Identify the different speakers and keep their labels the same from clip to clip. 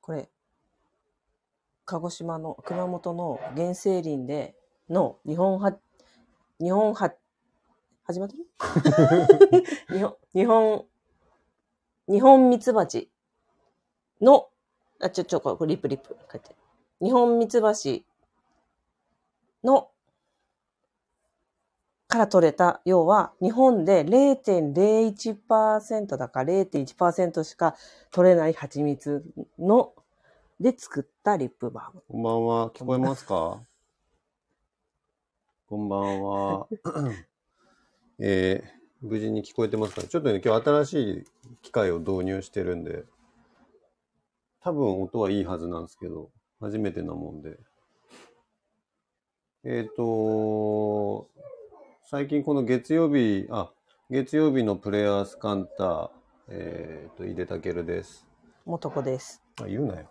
Speaker 1: これ、鹿児島の、熊本の原生林での日本は、日本は、始まってる 日本、日本、日本ミツバチの、あ、ちょ、ちょ、これ、これリップリップ、こうやって。日本ミツバチの、から取れた、要は、日本で0.01%だか0.1%しか取れない蜂蜜の、で作ったリップバーム。
Speaker 2: こんばんは。聞こえますか こんばんは。 えー、無事に聞こえてますかねちょっとね、今日新しい機械を導入してるんで、多分音はいいはずなんですけど、初めてなもんで。えっ、と、最近この月曜日、あ、月曜日のプレイヤースカンター、えっ、と、井出武です。
Speaker 1: もとこです。
Speaker 2: あ、言う なよ。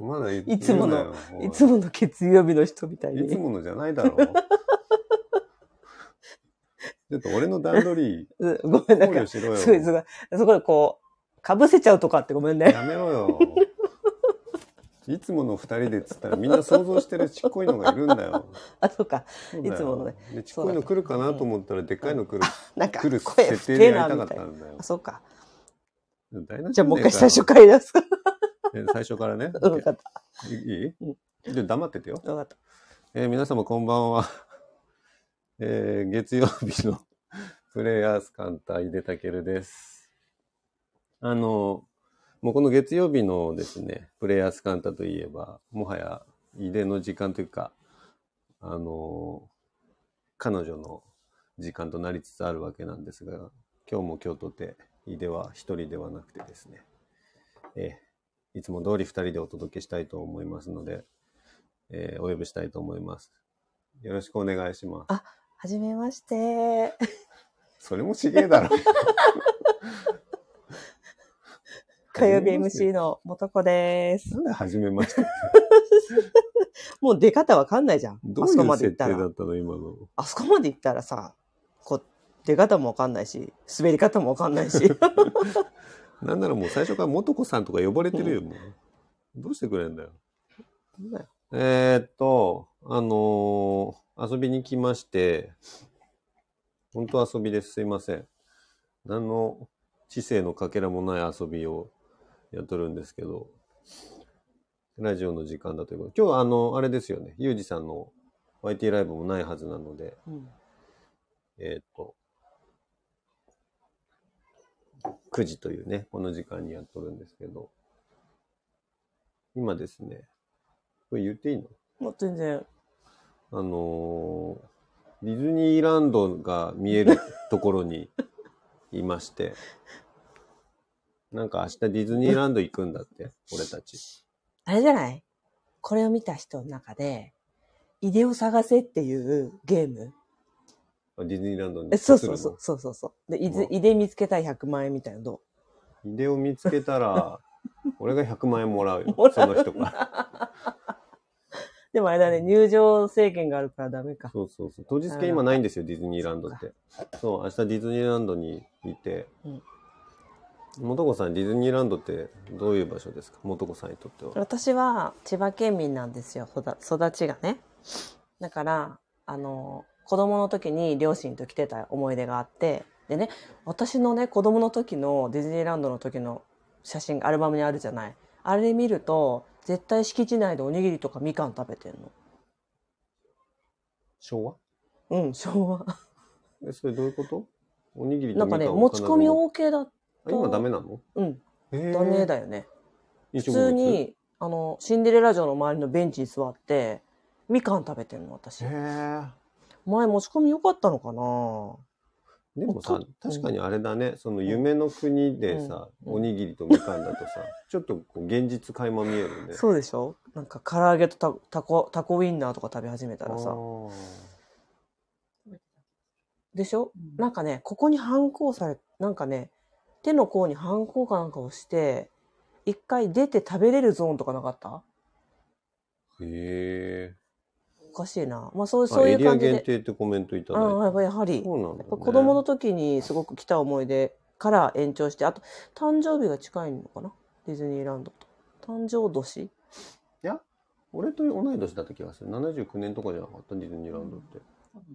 Speaker 2: まだ言
Speaker 1: いつもの
Speaker 2: 言うなよおい
Speaker 1: いつもの月曜日の人みたい
Speaker 2: いつ
Speaker 1: に。
Speaker 2: ものじゃないだろう。 ちょっと俺の段取り、
Speaker 1: うん ごめん、
Speaker 2: 考
Speaker 1: なんか
Speaker 2: 慮、しろよ。
Speaker 1: すごい、すごい、すごいこう、かぶせちゃうとかってごめんね。
Speaker 2: やめろよ。いつもの二人でっつったらみんな想像してるちっこいのがいるんだよ。
Speaker 1: あ、そうか。
Speaker 2: そうだよ
Speaker 1: いつものね。
Speaker 2: でちっこいの来るかなと思ったらでっかいの来る、
Speaker 1: なんか、
Speaker 2: 来る
Speaker 1: 声
Speaker 2: 設
Speaker 1: 不
Speaker 2: 定で
Speaker 1: 定
Speaker 2: や
Speaker 1: な、
Speaker 2: りたか
Speaker 1: みいな。
Speaker 2: ったんだよ
Speaker 1: あ、。そうか。
Speaker 2: 台無 し
Speaker 1: じゃあもう一回最初
Speaker 2: か
Speaker 1: から出すか。
Speaker 2: ら。 え最初から ね。
Speaker 1: うんわかった。
Speaker 2: いい
Speaker 1: うん
Speaker 2: じゃあ黙っててよ。
Speaker 1: わかった。
Speaker 2: えー皆様こんばんは。 えー月曜日の プレイヤースカンター井出武です。あの、もうこの月曜日のですね、プレイヤースカンターといえば、もはや井出の時間というか、あの、彼女の時間となりつつあるわけなんですが、今日も今日とて、井出は一人ではなくてですね、えーいつも通り二人でお届けしたいと思いますので、えーお呼びしたいと思います。よろしくお願いしま
Speaker 1: はじめまして。
Speaker 2: す。それもちげえだろ。
Speaker 1: 火曜日 MC のもとこです。
Speaker 2: なんで初めまして。
Speaker 1: もう出方わかんないじゃん。
Speaker 2: ど
Speaker 1: あ
Speaker 2: うい
Speaker 1: そこ
Speaker 2: う
Speaker 1: まで
Speaker 2: 設
Speaker 1: 行った
Speaker 2: 定だ
Speaker 1: ら。
Speaker 2: ったの今の。
Speaker 1: あそこまで行ったらさ、こう、出方もわかんないし、滑り方もわかんないし。
Speaker 2: なんならもう最初から元子さんとか呼ばれてるよ、もう。どうしてくれんだよ。えーっと、あのー遊びに来まして、本当遊びです。すいません。何の知性のかけらもない遊びをやっとるんですけど、ラジオの時間だということで。今日はあの、あれですよね。ゆうじさんの YT ライブもないはずなので、
Speaker 1: うん
Speaker 2: えーっと、9時というね、この時間にやっとるんですけど、今ですね、これ言っていいの
Speaker 1: もう全然。
Speaker 2: あのーディズニーランドが見えるところ にいまして、なんか明日ディズニーランド行くんだって、俺たち。
Speaker 1: あれじゃないこれを見た人の中で、イデを探せっていうゲーム。
Speaker 2: あディズニーランドに
Speaker 1: え、
Speaker 2: 行
Speaker 1: そうそう
Speaker 2: く
Speaker 1: そう。そうそうそう。で、イ
Speaker 2: う
Speaker 1: デ
Speaker 2: わ
Speaker 1: イデ見つけたい100万円みたいなのど
Speaker 2: ビデオ見つけ たら、俺が100万円もらうよ
Speaker 1: も、ら
Speaker 2: そうの人から。
Speaker 1: うでもあれだね、入場制限があるからダメか。
Speaker 2: そうそうそう。当日券今ないんですよ、ディズニーランドって。そう、明日ディズニーランドにいて
Speaker 1: うん、
Speaker 2: もとこさん、ディズニーランドってどういう場所ですかもとこさんにとっては。
Speaker 1: 私は千葉県民なんですよ、ほだ育ちがね。だから、あの、子供の時に両親と来てた思い出があって、でね、私のね、子供の時のディズニーランドの時の写真、アルバムにあるじゃない。あれで見ると、絶対敷地内でおにぎりとかみかん食べてんの。
Speaker 2: 昭和
Speaker 1: うん、昭和。
Speaker 2: え、それどういうことおにぎり
Speaker 1: な
Speaker 2: と
Speaker 1: ん
Speaker 2: み
Speaker 1: か
Speaker 2: かん
Speaker 1: ね、
Speaker 2: を
Speaker 1: 持ち込み
Speaker 2: 必
Speaker 1: OK
Speaker 2: ず
Speaker 1: だ。
Speaker 2: あ今ダメなの
Speaker 1: うん、ダ
Speaker 2: ダ
Speaker 1: メだよね。
Speaker 2: 普
Speaker 1: 普通に、あの、シンデレラ城の周りのベンチに座って、みかん食べてんの、私
Speaker 2: へ。え
Speaker 1: 前持ち込み良かったのかな
Speaker 2: でもさ
Speaker 1: おと
Speaker 2: 確かにあれだねその夢の国でさ、
Speaker 1: うん
Speaker 2: おにぎりとみかんだとさちょっとこう現実垣間見えるね
Speaker 1: そうでしょなんか唐揚げとたたこたこウインナーとか食べ始めたら
Speaker 2: あ
Speaker 1: さ
Speaker 2: ー
Speaker 1: でしょなんかねここに反抗されなんかね手の甲に反抗かなんかをして一回出て食べれるゾーンとかなかった
Speaker 2: へえ
Speaker 1: おかしいなまあそうそうい
Speaker 2: エ
Speaker 1: う
Speaker 2: リア
Speaker 1: 感じ
Speaker 2: 限
Speaker 1: で
Speaker 2: 定ってコメントいた
Speaker 1: う
Speaker 2: だいて
Speaker 1: んやっぱやはり、
Speaker 2: そうなん
Speaker 1: や
Speaker 2: だ、ね
Speaker 1: っぱ、子供の時にすごく来た思い出から延長してあと誕生日が近いのかなディズニーランドと。誕生年
Speaker 2: いや、俺と同い年だった気がする。79年とかじゃなかった、ディズニーランドって。
Speaker 3: 多分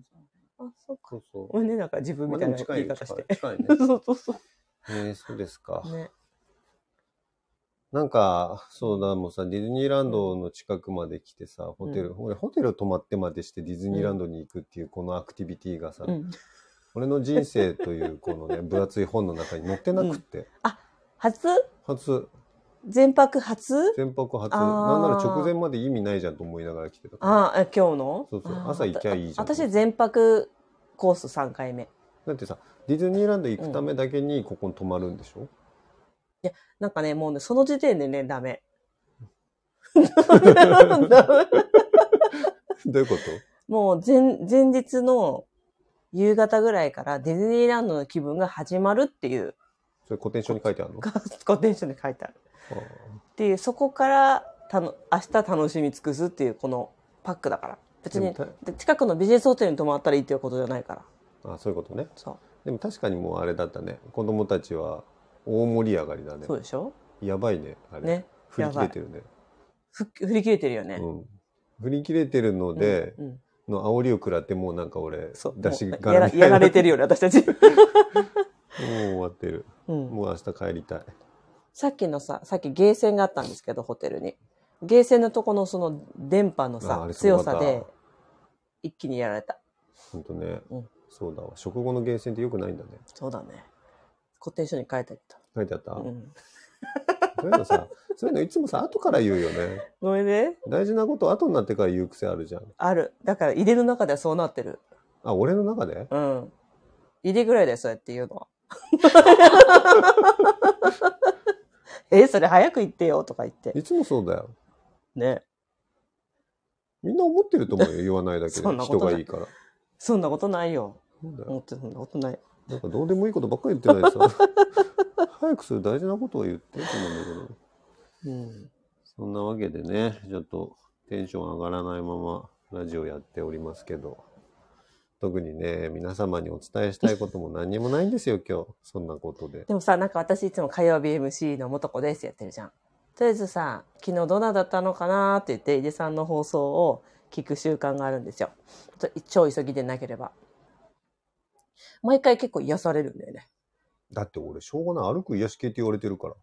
Speaker 3: そう
Speaker 1: あ、そっか。
Speaker 2: そうそう。
Speaker 1: 俺ね、なんか自分
Speaker 2: まあ
Speaker 1: み
Speaker 2: で
Speaker 1: たい
Speaker 2: も
Speaker 1: な言い方し
Speaker 2: 近い、近
Speaker 1: て。
Speaker 2: い。。近いね
Speaker 1: そうそうそ
Speaker 2: えー、そうですか。
Speaker 1: う。ね。
Speaker 2: なんか、そうだ、もうさ、ディズニーランドの近くまで来てさ、ホテル、俺ホテル泊まってまでしてディズニーランドに行くっていう、このアクティビティがさ、
Speaker 1: うん。
Speaker 2: 俺の人生という、こ のね、分厚い本の中に載ってなくって、
Speaker 1: 初
Speaker 2: 初、
Speaker 1: 全泊初
Speaker 2: 全泊初、
Speaker 1: あー
Speaker 2: なんなら直前まで意味ないじゃんと思いながら来てたから。
Speaker 1: ああ、え今日の
Speaker 2: そうそう
Speaker 1: あー
Speaker 2: 朝行きゃいいじゃん
Speaker 1: あ私、全泊コース3回目。
Speaker 2: だってさ、ディズニーランド行くためだけにここに泊まるんでしょ、
Speaker 1: なんかね、もうね、その時点でね、ダメ。 ダメなんだ
Speaker 2: どういうこと
Speaker 1: もう前、前日の夕方ぐらいからディズニーランドの気分が始まるっていう、
Speaker 2: それ古典書に書いてあるの
Speaker 1: ガーコテンションで書いてある。
Speaker 2: あー
Speaker 1: っていう、そこからたの明日楽しみ尽くすっていう、このパックだから。別に
Speaker 2: でも、
Speaker 1: で近くのビジネスホテルに泊まったらいいっていうことじゃないから。
Speaker 2: あそういうことね。
Speaker 1: そ
Speaker 2: でも確かにもうあれだったね。子供たちは大盛り上がりだ
Speaker 1: う。
Speaker 2: ね
Speaker 1: そう。でしょ
Speaker 2: やばいね。あれ。
Speaker 1: ね。
Speaker 2: 振り切れてるね。
Speaker 1: ふ振り切れてるよね。
Speaker 2: うん。振り切れてるので、
Speaker 1: うんうん
Speaker 2: の煽りを食らってもうなんか俺
Speaker 1: そう、
Speaker 2: 出し
Speaker 1: もう
Speaker 2: が
Speaker 1: や
Speaker 2: ら
Speaker 1: ら
Speaker 2: みたい
Speaker 1: や
Speaker 2: な
Speaker 1: られてるよね、私た ち。
Speaker 2: もう終わってる。
Speaker 1: うん
Speaker 2: もう明日帰りたい。
Speaker 1: さっきのさ、さっきゲーセンがあったんですけど、ホテルに。ゲーセンのとこのその電波の
Speaker 2: ああ
Speaker 1: さ、
Speaker 2: れす
Speaker 1: 強
Speaker 2: ごかっ
Speaker 1: さ
Speaker 2: た
Speaker 1: で、一気にやられた。
Speaker 2: ほんとね。
Speaker 1: うん
Speaker 2: そうだわ。食後のゲーセンってよくないんだね。
Speaker 1: そうだね。古典書に書いてあった。
Speaker 2: 書いてあった、
Speaker 1: うん
Speaker 2: そういうのさ、そういうのいつもさ、後から言うよね。
Speaker 1: ごめんね。
Speaker 2: 大事なこと後になってから言う癖あるじゃん。
Speaker 1: ある。だから、入れの中ではそうなってる。
Speaker 2: あ、俺の中で
Speaker 1: うん。入れぐらいだよ、そうやって言うの は。え、それ早く言ってよ、とか言って。
Speaker 2: いつもそうだよ。
Speaker 1: ね。
Speaker 2: みんな思ってると 思うよ。言わないだけで。
Speaker 1: そんなこと
Speaker 2: 人
Speaker 1: ない
Speaker 2: がいいから。
Speaker 1: そんなことないよ。
Speaker 2: そうだよ
Speaker 1: 思ってそんなことない。
Speaker 2: なんかどうでもいいことばっかり言ってないでさ。 早くする大事なことを言ってってなんだけど。
Speaker 1: うん。
Speaker 2: そんなわけでね、ちょっとテンション上がらないままラジオやっておりますけど、特にね、皆様にお伝えしたいことも何にもないんですよ、今日。そんなことで。
Speaker 1: でもさ、なんか私いつも火曜日 MC のもとこですやってるじゃん。とりあえずさ、昨日どんなだったのかなって言って、井出さんの放送を聞く習慣があるんですよ。ちょ超急ぎでなければ。毎回結構癒されるんだよね。
Speaker 2: だって俺、しょうがない。歩く癒し系って言われてるから。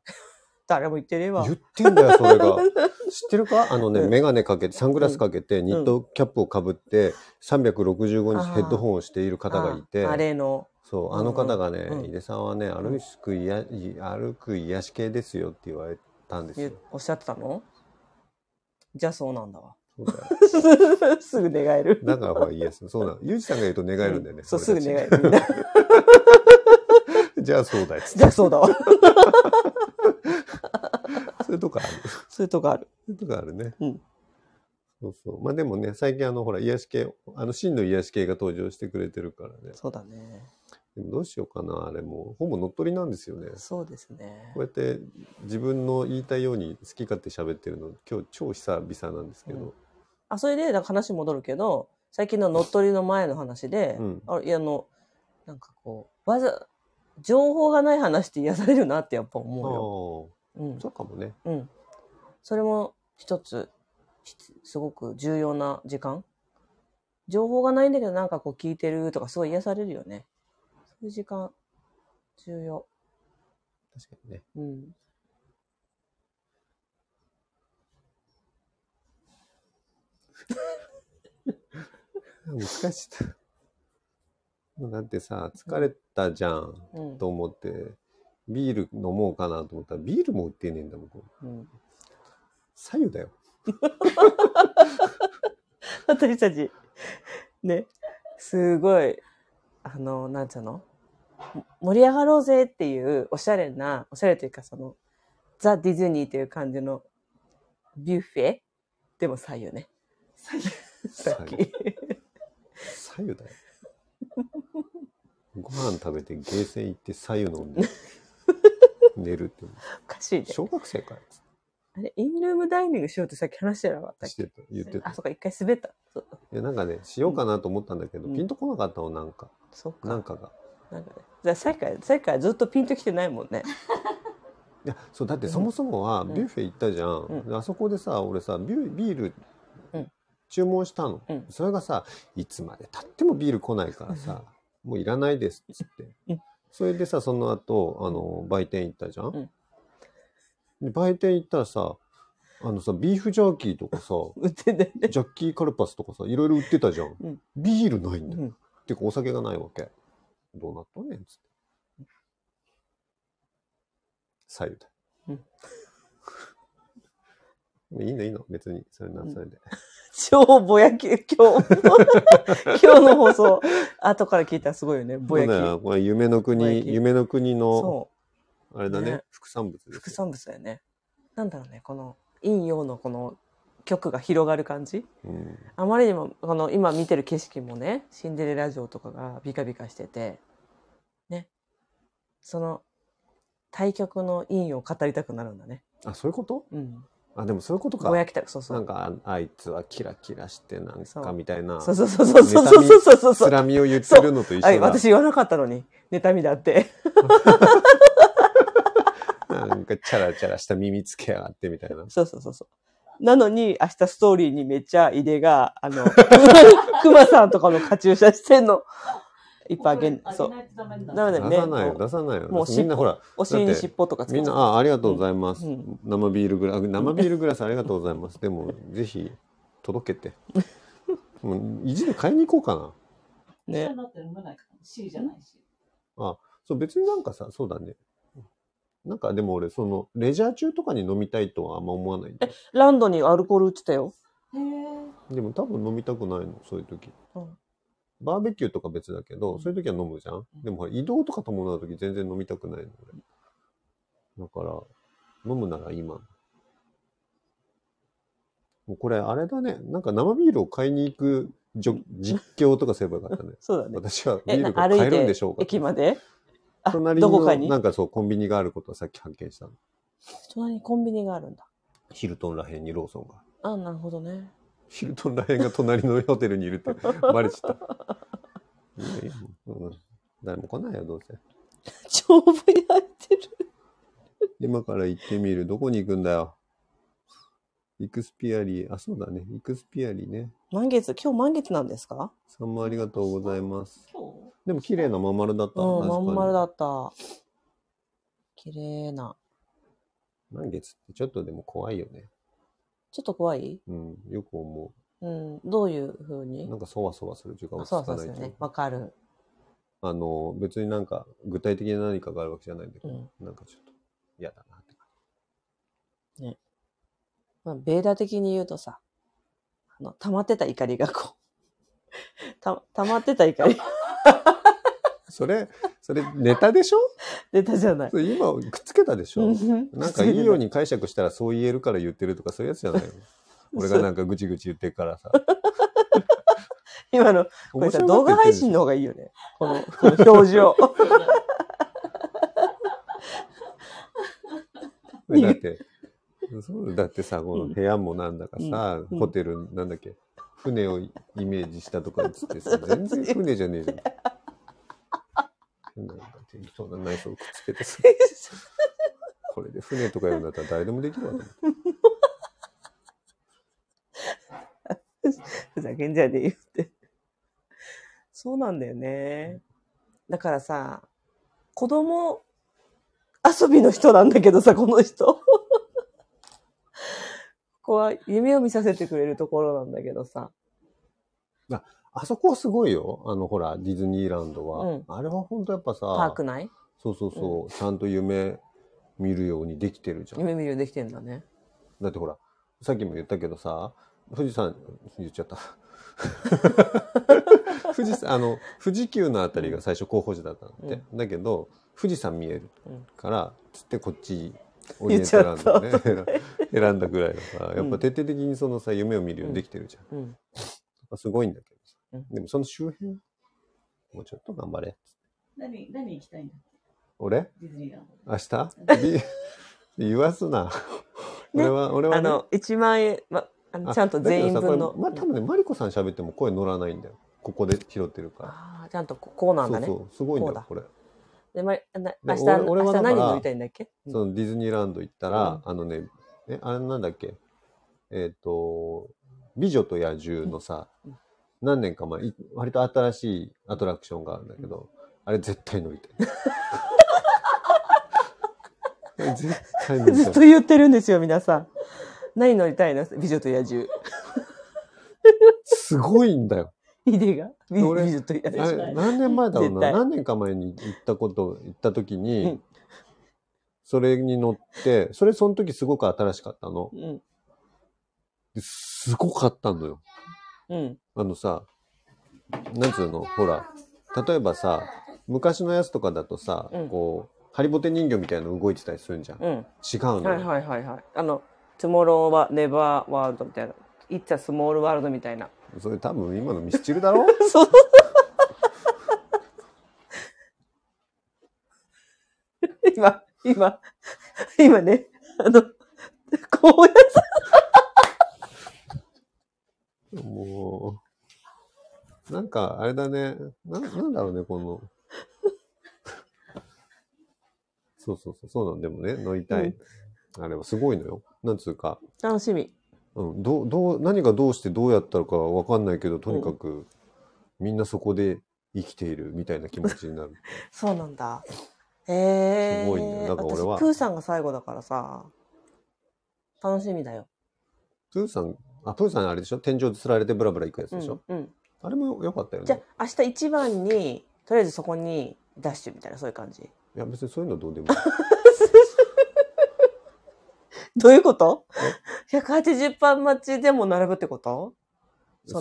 Speaker 1: 誰も言ってれば
Speaker 2: 言。ってんだよ、そ れが。知ってるかあのね、メガネかけて、サングラスかけて、ニットキャップをかぶって、365日ヘッドホンをしている方がいて。
Speaker 1: ああれの。
Speaker 2: そう、
Speaker 1: うん
Speaker 2: あの方がね、
Speaker 1: うん
Speaker 2: 井出さんはね、歩く癒や、歩く癒し系ですよって言われたんですよ
Speaker 1: ゆ。おっしゃってたのじゃあそうなんだわ。
Speaker 2: そうだよ。
Speaker 1: すぐ寝返る。
Speaker 2: だからほら、イエス。そうなの。ゆうじさんが言うと願えるんだよね。
Speaker 1: うそう、すぐ
Speaker 2: 俺
Speaker 1: 寝
Speaker 2: た
Speaker 1: 返
Speaker 2: ち
Speaker 1: る。みんな
Speaker 2: じゃあそうだよ。
Speaker 1: じゃあそうだわ。
Speaker 2: そういうとこある。そ
Speaker 1: そういうとこある。
Speaker 2: ういうとこあるね。
Speaker 1: うん
Speaker 2: そうそう。まあでもね、最近あの、ほら、癒し系、あの、真の癒し系が登場してくれてるからね。
Speaker 1: そうだね。
Speaker 2: でもどうしようかな、あれもう。ほぼ乗っ取りなんですよね。
Speaker 1: そうですね
Speaker 2: こう。やって自分の言いたいように好き勝手喋ってるの、今日超久々なんですけど。
Speaker 1: あ、それで、なんか話戻るけど、最近の乗っ取りの前の話で、
Speaker 2: うん
Speaker 1: あいや、あの、なんかこう、わざ、情報がない話って癒されるなってやっぱ思うよ。うん
Speaker 2: ああ、そうかもね。
Speaker 1: うん。それも一つ、ひつすごく重要な時間。情報がないんだけど、なんかこう聞いてるとか、すごい癒されるよね。そういう時間、重要。
Speaker 2: 確かにね。
Speaker 1: うん。
Speaker 2: 難しい。 もうだってさ、疲れたじゃん
Speaker 1: うん。
Speaker 2: と思って、ビール飲もうかなと思ったら、ビールも売ってねえんだもん。これ
Speaker 1: うん、
Speaker 2: 左右だよ。
Speaker 1: 私たち、ね、すごい、あの、なんつうの盛り上がろうぜっていう、おしゃれな、おしゃれというか、その、ザ・ディズニーという感じの、ビュッフェでも左右ね。さっ
Speaker 2: 左
Speaker 1: き。
Speaker 2: 右左右だ よ。ご飯食べてゲーセン行って左右飲んで寝るって思。
Speaker 1: おかしいうね。
Speaker 2: 小学生か
Speaker 1: あれ、インルームダイニングしようってさっき話してなかった
Speaker 2: ら
Speaker 1: っ
Speaker 2: し
Speaker 1: け
Speaker 2: てた言ってた
Speaker 1: あ、。そうか、一回滑った。そう
Speaker 2: いやなんかね、しようかなと思ったんだけど、
Speaker 1: うん
Speaker 2: ピンとこなかったの、なんか。
Speaker 1: そうか。
Speaker 2: なんかが。
Speaker 1: なんかね。だからさっきから、さっきからずっとピンときてないもんね。
Speaker 2: いやそうだってそもそもは
Speaker 1: うん
Speaker 2: ビュッフェ行ったじゃん、
Speaker 1: うん
Speaker 2: であそこでさ俺さビュビール
Speaker 1: うん
Speaker 2: 注文したの、
Speaker 1: うん
Speaker 2: それがさいつまでたってもビール来ないからさ、もういらないですっつって、
Speaker 1: うん
Speaker 2: それでさその後あの売店行ったじゃん、
Speaker 1: うん
Speaker 2: で売店行ったらさあのさビーフジャーキーとかさ
Speaker 1: 売っててね。
Speaker 2: ジャッキーカルパスとかさいろいろ売ってたじゃん、
Speaker 1: うん
Speaker 2: ビールないんだよ、
Speaker 1: うん
Speaker 2: てかお酒がないわけどうなっとんねんっつって左右だ、いいのいいの別にそれな
Speaker 1: うん
Speaker 2: それで、
Speaker 1: 超ぼやき、今日、 今日の放送、後から聞いたらすごいよね、ぼやき。
Speaker 2: そうだよこれ夢の
Speaker 1: ぼや
Speaker 2: 国
Speaker 1: き
Speaker 2: 夢の国の
Speaker 1: そ
Speaker 2: あれだね
Speaker 1: ね
Speaker 2: 副産物
Speaker 1: う、
Speaker 2: で
Speaker 1: 副
Speaker 2: すよ、
Speaker 1: 産物だよね。なんだろうね、この、陰陽のこの曲が広がる感じ。
Speaker 2: うん
Speaker 1: あまりにも、この今見てる景色もね、シンデレラ城とかがビカビカしてて、ね。その、対局の陰陽を語りたくなるんだね。
Speaker 2: あそういうこと
Speaker 1: うん。
Speaker 2: あでもそういうことか
Speaker 1: ぼやきたく、そうそ
Speaker 2: なん
Speaker 1: う。
Speaker 2: かああいつはキラキラしてなん
Speaker 1: そう
Speaker 2: かみたいな
Speaker 1: そうそうそうそうそうそうそうそうそう
Speaker 2: つ。らみを言ってるのと一緒だ
Speaker 1: はい、私言わなかったのに、妬みだって。
Speaker 2: なんかチャラチャラした耳つけやがってみたいな
Speaker 1: そうそうそうそう。なのに、明日ストーリーにめっちゃ井出が、あ の、クマさんとかのカチューシャしてんの。いっぱいあげん、そ
Speaker 3: そうう。。
Speaker 1: ダメだ
Speaker 2: 出
Speaker 1: よね。
Speaker 2: さないよ
Speaker 1: こう
Speaker 2: 出さないよ
Speaker 1: もう
Speaker 2: みんなほら
Speaker 1: お尻に尻尾とかつけ
Speaker 2: みん
Speaker 1: て
Speaker 2: な、あありがとうございます。
Speaker 1: うんう
Speaker 2: 生ビールグラス、生ビールグラスありがとうございます。でも、 ぜひ、届けて。 もう意地で買いに行こうかな。
Speaker 1: ね。
Speaker 3: なって飲めないから、C じゃないし。
Speaker 2: そう、別になんかさ、そうだね。なんかでも俺、その、レジャー中とかに飲みたいとはあんま思わないんだよ。
Speaker 1: ランドにアルコール売ってたよ。
Speaker 3: へえ。
Speaker 2: でも多分飲みたくないの、そういう時。
Speaker 1: うん。
Speaker 2: バーベキューとか別だけど、
Speaker 3: うん
Speaker 2: そういう時は飲むじゃん。でもほら移動とか伴う時全然飲みたくないの、俺。だから、飲むなら今。もうこれ、あれだね。なんか生ビールを買いに行くじょ実況とかすればよかったね
Speaker 1: そうだね。
Speaker 2: 私はビ
Speaker 1: え、
Speaker 2: ー
Speaker 1: な
Speaker 2: ルが買えるん
Speaker 1: 歩
Speaker 2: で
Speaker 1: い
Speaker 2: しょう
Speaker 1: て
Speaker 2: か
Speaker 1: 駅まであ、
Speaker 2: 隣
Speaker 1: どこか
Speaker 2: に
Speaker 1: に
Speaker 2: なんかそうコンビニがあることをさっき発見したの。
Speaker 1: 隣にコンビニがあるんだ。
Speaker 2: ヒルトンらへんにローソンが。
Speaker 1: あ、なるほどね。
Speaker 2: ヒルトンらへんが隣のホテルにいるってバレちゃった。いいよいいようん誰も来ないよ、どうせ。
Speaker 1: 超ぶやってる。
Speaker 2: 今から行ってみる。どこに行くんだよ。イクスピアリー。あ、そうだね。イクスピアリーね。
Speaker 1: 満月、今日満月なんですか
Speaker 2: さんもありがとうございます。
Speaker 3: 今日
Speaker 2: でも綺麗なまん丸だった。
Speaker 1: うん、
Speaker 2: 確
Speaker 1: ま
Speaker 2: かに
Speaker 1: ん丸だった。綺麗な。
Speaker 2: 満月ってちょっとでも怖いよね。
Speaker 1: ちょっと怖い
Speaker 2: うん。よく思
Speaker 1: うん、どういうふう
Speaker 2: う。
Speaker 1: に
Speaker 2: なんかそわそわする時間
Speaker 1: あ
Speaker 2: 落ち
Speaker 1: そう
Speaker 2: 着
Speaker 1: そ
Speaker 2: か
Speaker 1: う
Speaker 2: な
Speaker 1: で
Speaker 2: い
Speaker 1: す
Speaker 2: と
Speaker 1: よ
Speaker 2: いう
Speaker 1: ね。
Speaker 2: か。
Speaker 1: わかる。
Speaker 2: あの、別になんか具体的な何かがあるわけじゃないんだけ
Speaker 1: う
Speaker 2: ど、
Speaker 1: ん。
Speaker 2: なんかちょっと嫌だなって。
Speaker 1: まあ、ベーダ的に言うとさ、あの、溜まってた怒りがこう、 た、溜まってた怒り
Speaker 2: それ、それネタでしょ
Speaker 1: 出たじゃない
Speaker 2: そ。れ今くっつけたでしょな
Speaker 1: なん
Speaker 2: かいいよう。に解釈したらそう言えるから言ってるとかそういうやつじゃないの。俺がなんかぐちぐち言ってるか らさ。
Speaker 1: 今の、これさ、動画配信の
Speaker 2: の。
Speaker 1: 方がいいよね。この、この表 情。
Speaker 2: だって、そうだってさ、この部屋もなんだかさ、
Speaker 1: うん
Speaker 2: ホテルなんだっけ、船をイメージしたとかっつって さ、全然船じゃねえじゃん。変ななんか適当な内装をくっつけてさ、これで船とか言うんだったら誰でもできるわと思って。
Speaker 1: ふざけんじゃねえよって。そうなんだよね。だからさ、子供遊びの人なんだけどさ、この人。ここは夢を見させてくれるところなんだけどさ。
Speaker 2: あそこはすごいよ。あの、ほら、ディズニーランドは。
Speaker 1: うん
Speaker 2: あれは本当やっぱさ、
Speaker 1: パーク内
Speaker 2: そうそうそう、ちゃんと夢見るようにできてるじゃん。
Speaker 1: 夢見るようにできてんだね。
Speaker 2: だってほら、さっきも言ったけどさ、富士山、言っち ゃった。富士山、あの、富士急のあたりが最初候補地だったんだって、だけど、富士山見える
Speaker 1: うん
Speaker 2: から、つってこっち、オリエンタルランドね、
Speaker 1: 言っち
Speaker 2: 選 選んだぐらいだから、やっ
Speaker 1: う
Speaker 2: ぱ
Speaker 1: ん
Speaker 2: 徹底的にそのさ、夢を見るようにできてるじゃん。
Speaker 1: うん。
Speaker 2: すごいんだけどさ、
Speaker 1: うん
Speaker 2: でもその周辺、もうちょっと頑張れ。
Speaker 3: 何、何行きたいんだ
Speaker 2: 俺
Speaker 3: ディズニーランド。
Speaker 2: 明日び 言わすな。俺は、俺は
Speaker 1: あ
Speaker 2: ね、
Speaker 1: の、1万円、ま、あの
Speaker 2: あ
Speaker 1: ちゃんと全員
Speaker 2: だけ
Speaker 1: 分の。
Speaker 2: どさこれまあ、多分ね、マリコさん喋っても声乗らないんだよ。ここで拾ってるから。
Speaker 1: ああ、ちゃんとここうなんだね。
Speaker 2: そうそう、すごいんだ
Speaker 1: こう
Speaker 2: よ
Speaker 1: だ、
Speaker 2: こ
Speaker 1: で、
Speaker 2: れ。
Speaker 1: ま、な
Speaker 2: で
Speaker 1: 明日、
Speaker 2: 俺俺は
Speaker 1: 明日
Speaker 2: だから
Speaker 1: 何乗りたいんだっけうん
Speaker 2: そのディズニーランド行った
Speaker 1: うん
Speaker 2: ら、あのね、え、あれなんだっけえっ、と、美女と野獣のさ、
Speaker 1: うん
Speaker 2: 何年か前、い割と新しいアトラクションがあるんだけど、あれ絶対乗 りたい。あれ絶対乗り
Speaker 1: ず
Speaker 2: た
Speaker 1: っ
Speaker 2: い
Speaker 1: と。言ってるんですよ、皆さん。何乗りたいの美女と野獣。
Speaker 2: すごいんだよ。
Speaker 1: ヒデが。美
Speaker 2: 俺
Speaker 1: 美女と野
Speaker 2: あ
Speaker 1: 獣。
Speaker 2: れ何年前だろう
Speaker 1: 絶
Speaker 2: な
Speaker 1: 対
Speaker 2: 何年か前に行ったこと行った時に、
Speaker 1: うん
Speaker 2: それに乗ってそれその時すごく新しかったの
Speaker 1: うん。
Speaker 2: ですごかったのよ
Speaker 1: うん。
Speaker 2: あのさなんつうのほら例えばさ昔のやつとかだとさ、
Speaker 1: うん
Speaker 2: こうハリボテ人形みたいなの動いてたりするんじゃん、違う
Speaker 1: うん。
Speaker 2: のよ、
Speaker 1: はいはいはいはい。あの、トゥモローはネバーワールドみたいな。イッツァスモールワールドみたいな。
Speaker 2: それ多分今のミスチルだろ
Speaker 1: そう。 今、今、今ね、あの、こうやって
Speaker 2: もうなんかあれだねななんだろうねこのそうそうそうそうなんでもね乗りたい、あれはすごいのよなんつうか、
Speaker 1: 楽しみ。
Speaker 2: うん、どうどう何がどうしてどうやったのかわかんないけどとにかく、みんなそこで生きているみたいな気持ちに なる
Speaker 1: そうなんだ。へえ。
Speaker 2: すごいんだよだから俺は
Speaker 1: 私プーさんが最後だからさ、楽しみだよ。
Speaker 2: プーさんあプーさんあれでしょ天井つられてブラブラ行くやつ
Speaker 1: うん
Speaker 2: でしょ、
Speaker 1: うん。
Speaker 2: あれも良かったよ
Speaker 1: じゃ
Speaker 2: ね
Speaker 1: あ、明日一番に、とりあえずそこにダッシュみたいな、そういう感じ。
Speaker 2: いや別にそういうのどうでもいい
Speaker 1: どういうこと ?180 番待ちでも並ぶってこと
Speaker 2: そ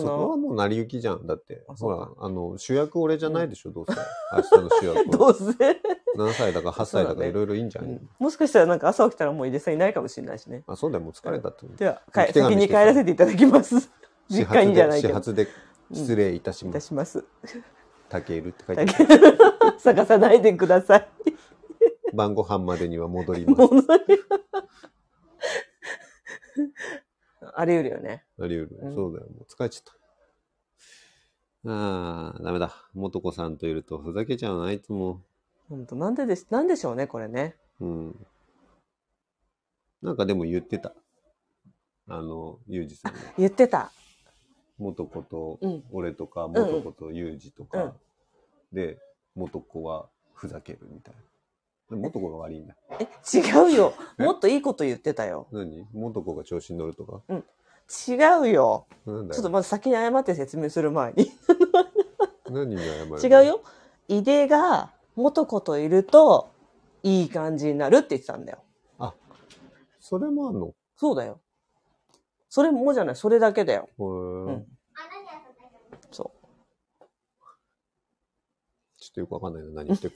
Speaker 1: その
Speaker 2: こはもう成り行きじゃんだって
Speaker 1: あ
Speaker 2: ほ
Speaker 1: そうから
Speaker 2: あの主役俺じゃないでしょ、どうせ明日の主役は
Speaker 1: どうせ、
Speaker 2: 何歳だか8歳だ
Speaker 1: そう
Speaker 2: か
Speaker 1: だね
Speaker 2: いろいろいいんじゃ
Speaker 1: う
Speaker 2: ない、
Speaker 1: んもしかしたらなんか朝起きたらもう井出さんいないかもしれないしね。
Speaker 2: あそうだよもう疲れたって、
Speaker 1: では、
Speaker 2: うん
Speaker 1: か
Speaker 2: 手
Speaker 1: い
Speaker 2: 紙
Speaker 1: 先に帰らせていただきます。
Speaker 2: 始
Speaker 1: 実
Speaker 2: 発
Speaker 1: 家にじゃな
Speaker 2: で
Speaker 1: いけ
Speaker 2: 始
Speaker 1: ど。
Speaker 2: 発で失礼いたし
Speaker 1: い
Speaker 2: ま
Speaker 1: た
Speaker 2: す
Speaker 1: します。
Speaker 2: たけるって書いてあ
Speaker 1: だ
Speaker 2: る
Speaker 1: け探さないでください。
Speaker 2: 晩ご飯までには戻ります
Speaker 1: もう何あり得るよね。
Speaker 2: あり得る、
Speaker 1: うん
Speaker 2: そうだよもう疲れちゃったああダメだもとこさんといるとふざけちゃうないつも
Speaker 1: 本当なんでです、なんでしょうね、これね。
Speaker 2: うんなんかでも言ってたあのゆうじさんが
Speaker 1: 言ってた。
Speaker 2: もとこと
Speaker 1: うん
Speaker 2: 俺とか、も
Speaker 1: うん
Speaker 2: とことゆうじとか、
Speaker 1: うん
Speaker 2: でもとこはふざけるみたいなもとこが悪いんだ
Speaker 1: え、違うよ。
Speaker 2: え
Speaker 1: もっといいこと言ってたよ。
Speaker 2: 何もとこが調子に乗るとか
Speaker 1: 違うよ。
Speaker 2: なんだ
Speaker 1: ちょっと
Speaker 2: よ
Speaker 1: まず先に謝って説明する前に。
Speaker 2: 何に謝るの
Speaker 1: 違うよ。井出が元子といるといい感じになるって言ってたんだよ。
Speaker 2: それもあんの
Speaker 1: そうだよ。それもじゃない、それだけだよ。
Speaker 2: へえ
Speaker 1: うんそ
Speaker 2: ちょっとよくわかんないな、何 言ってる。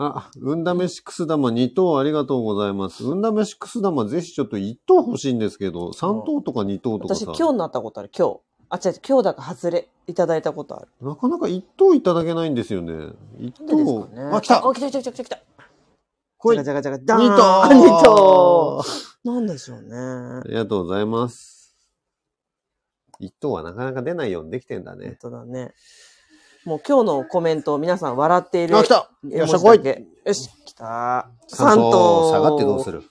Speaker 2: あ、うんだめしくす玉2等ありがとうございます。うんだめしくす玉ぜひちょっと1等欲しいんですけど、3等とか2等
Speaker 1: う。
Speaker 2: とか
Speaker 1: 私
Speaker 2: さ、
Speaker 1: 今日になったことある、今日。あ、違う違う、今日だから外れいただいたことある。
Speaker 2: なかなか1等いただけないんですよね。1
Speaker 1: なんでです
Speaker 2: 等。
Speaker 1: かね。
Speaker 2: あ、来た
Speaker 1: あ、来た来た来た来た来た。
Speaker 2: 来い
Speaker 1: じゃがじゃがじゃ
Speaker 2: !2
Speaker 1: が、
Speaker 2: 等
Speaker 1: ダーンあ二等 なんでしょう
Speaker 2: あ
Speaker 1: ね。
Speaker 2: りがとうございます。1等はなかなか出ないようにできてんだ
Speaker 1: 本
Speaker 2: ね。
Speaker 1: 当だね。もう今日のコメントを皆さん笑っている。
Speaker 2: あ、来た
Speaker 1: 絵
Speaker 2: よ
Speaker 1: 文
Speaker 2: っしゃ
Speaker 1: 字
Speaker 2: 来
Speaker 1: だ
Speaker 2: い
Speaker 1: けよし、来た。
Speaker 2: 三等下がってどうす
Speaker 1: る
Speaker 2: る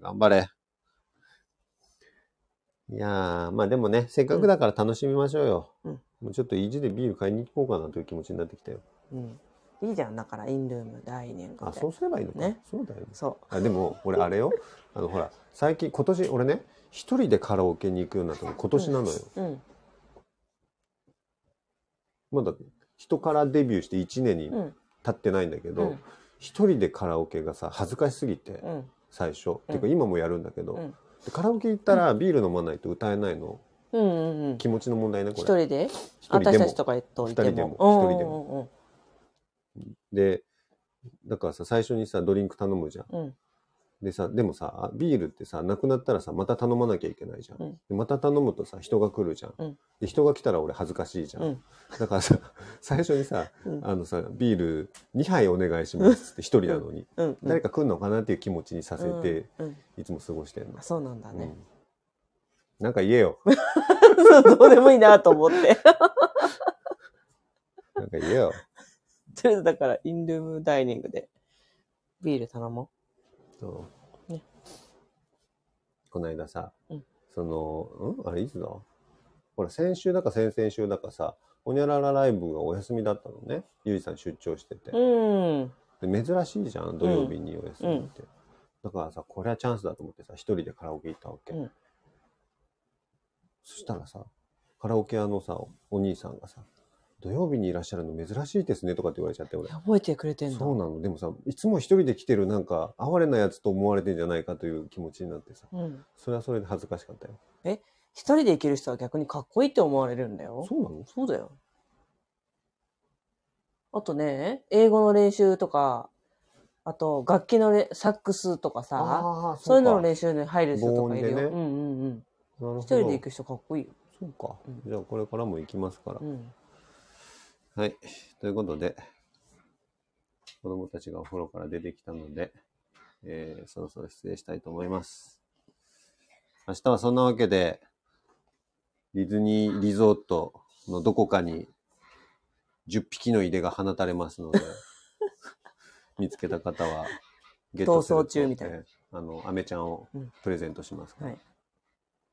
Speaker 2: 頑張れ。いやー、まあでもね、せっかくだから楽しみましょうよ。
Speaker 1: うん
Speaker 2: もうちょっと意地でビール買いに行こうかなという気持ちになってきたよ。
Speaker 1: うん。いいじゃん、だから、インルーム、来年
Speaker 2: あ、そうすればいいのか。
Speaker 1: ね
Speaker 2: そうだよ。
Speaker 1: そ
Speaker 2: あでも、俺あれよ。あの、ほら、最近、今年、俺ね、一人でカラオケに行くようになったの、今年なのよ。
Speaker 1: う。うん。
Speaker 2: まだ、人からデビューして1年に
Speaker 1: うん。
Speaker 2: 経ってないんだけ
Speaker 1: う
Speaker 2: ど
Speaker 1: ん、
Speaker 2: 一、人でカラオケがさ、恥ずかしすぎて、
Speaker 1: うん。
Speaker 2: 最初。
Speaker 1: うん
Speaker 2: てか、今もやるんだけど、
Speaker 1: うん
Speaker 2: でカラオケ行ったらビール飲まないと歌えないの。
Speaker 1: うんうんうん。
Speaker 2: 気持ちの問題ねこ
Speaker 1: 一
Speaker 2: れ
Speaker 1: 人で
Speaker 2: 一人で
Speaker 1: 私た
Speaker 2: も
Speaker 1: ちとかとい
Speaker 2: 二
Speaker 1: て
Speaker 2: 人でも
Speaker 1: も。
Speaker 2: 一人で
Speaker 1: も。
Speaker 2: でだからさ最初にさドリンク頼むじゃん
Speaker 1: うんうんうん。
Speaker 2: でさでもさビールってさなくなったらさまた頼まなきゃいけないじゃん、
Speaker 1: うん
Speaker 2: でまた頼むとさ人が来るじゃん、
Speaker 1: うん
Speaker 2: で人が来たら俺恥ずかしいじゃん、
Speaker 1: うん
Speaker 2: だからさ 最初にさ、
Speaker 1: うん
Speaker 2: あのさビール2杯お願いしますっつって1人なのに、
Speaker 1: うんうん。
Speaker 2: 誰か来んのかなっていう気持ちにさせて、
Speaker 1: うんうん
Speaker 2: いつも過ごしてんの
Speaker 1: あ、、そうなんだ
Speaker 2: う
Speaker 1: ね。
Speaker 2: んなんか言えよ
Speaker 1: そうどうでもいいなと思って。
Speaker 2: なんか言えよ。
Speaker 1: とりあえずだから、インルームダイニングでビール頼も
Speaker 2: そう
Speaker 1: ね
Speaker 2: この間さ、
Speaker 1: うん
Speaker 2: その、うんあれいつだほら、先週だか先々週だかさ、ほにゃららライブがお休みだったのね。ゆいさん出張してて
Speaker 1: う。。うん。
Speaker 2: で珍しいじゃん、土曜日にお休み
Speaker 1: う
Speaker 2: っ
Speaker 1: ん
Speaker 2: て。だからさ、これはチャンスだと思ってさ、一人でカラオケ行ったわけ。
Speaker 1: うん
Speaker 2: そしたらさ、カラオケ屋のさ、お兄さんがさ、土曜日にいらっしゃるの珍しいですねとかって言われちゃって、俺。
Speaker 1: 覚えてくれてんだ。
Speaker 2: そうなの。でもさ、いつも一人で来てるなんか、哀れなやつと思われてんじゃないかという気持ちになってさ、
Speaker 1: うん。
Speaker 2: それはそれで恥ずかしかったよ。
Speaker 1: 一人で行ける人は逆にかっこいいって思われるんだよ。
Speaker 2: そうなの
Speaker 1: そうだよ。あとね、英語の練習とか、あと楽器のれサックスとかさ、
Speaker 2: あー、
Speaker 1: そういうのの
Speaker 2: ね。
Speaker 1: 練習に入る人とかいるよ。
Speaker 2: 防
Speaker 1: う
Speaker 2: 音でね
Speaker 1: んうんうん。
Speaker 2: なるほど
Speaker 1: 一人で行く人かっこいいよ。
Speaker 2: そうか
Speaker 1: うん。
Speaker 2: じゃあこれからも行きますから
Speaker 1: う。ん。
Speaker 2: はい。ということで、子供たちがお風呂から出てきたので、えーそろそろ失礼したいと思います。明日はそんなわけで、ディズニーリゾートのどこかに10匹の入れが放たれます ので、見つけた方はゲ
Speaker 1: 逃走中みたいな
Speaker 2: ねあの、アメちゃんを
Speaker 1: うん
Speaker 2: プレゼントしますから。
Speaker 1: はい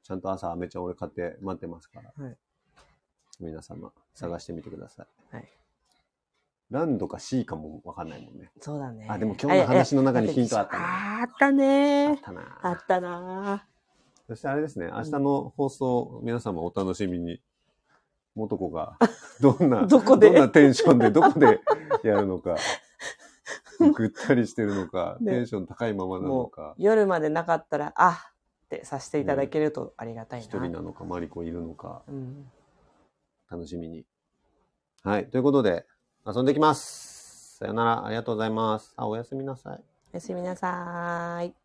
Speaker 2: ちゃんと朝アメちゃん俺買って待ってますから。
Speaker 1: はい
Speaker 2: 皆様探してみてください。
Speaker 1: はい
Speaker 2: ランドか C かもわかんないもんね。
Speaker 1: そうだね。
Speaker 2: あでも今日の話の中にヒントあったね
Speaker 1: ああった
Speaker 2: あっ
Speaker 1: ね。
Speaker 2: たな
Speaker 1: あったな。
Speaker 2: そしてあれですね、明日の放送、皆様お楽しみに。元子 が、どんな、
Speaker 1: どこで
Speaker 2: んなテンショ ンで、どこでやるのか、ぐったりしてるのか、
Speaker 1: ね
Speaker 2: テンション高いままなの
Speaker 1: も
Speaker 2: か
Speaker 1: う、夜までなかったら、あってさせていただけるとありがたい
Speaker 2: 一
Speaker 1: な。
Speaker 2: 人なのか、マリコいるのか、
Speaker 1: うん。
Speaker 2: 楽しみに。はい、ということで、遊んできます。さよなら、ありがとうございます。あ、おやすみなさい。
Speaker 1: おやすみなさーい。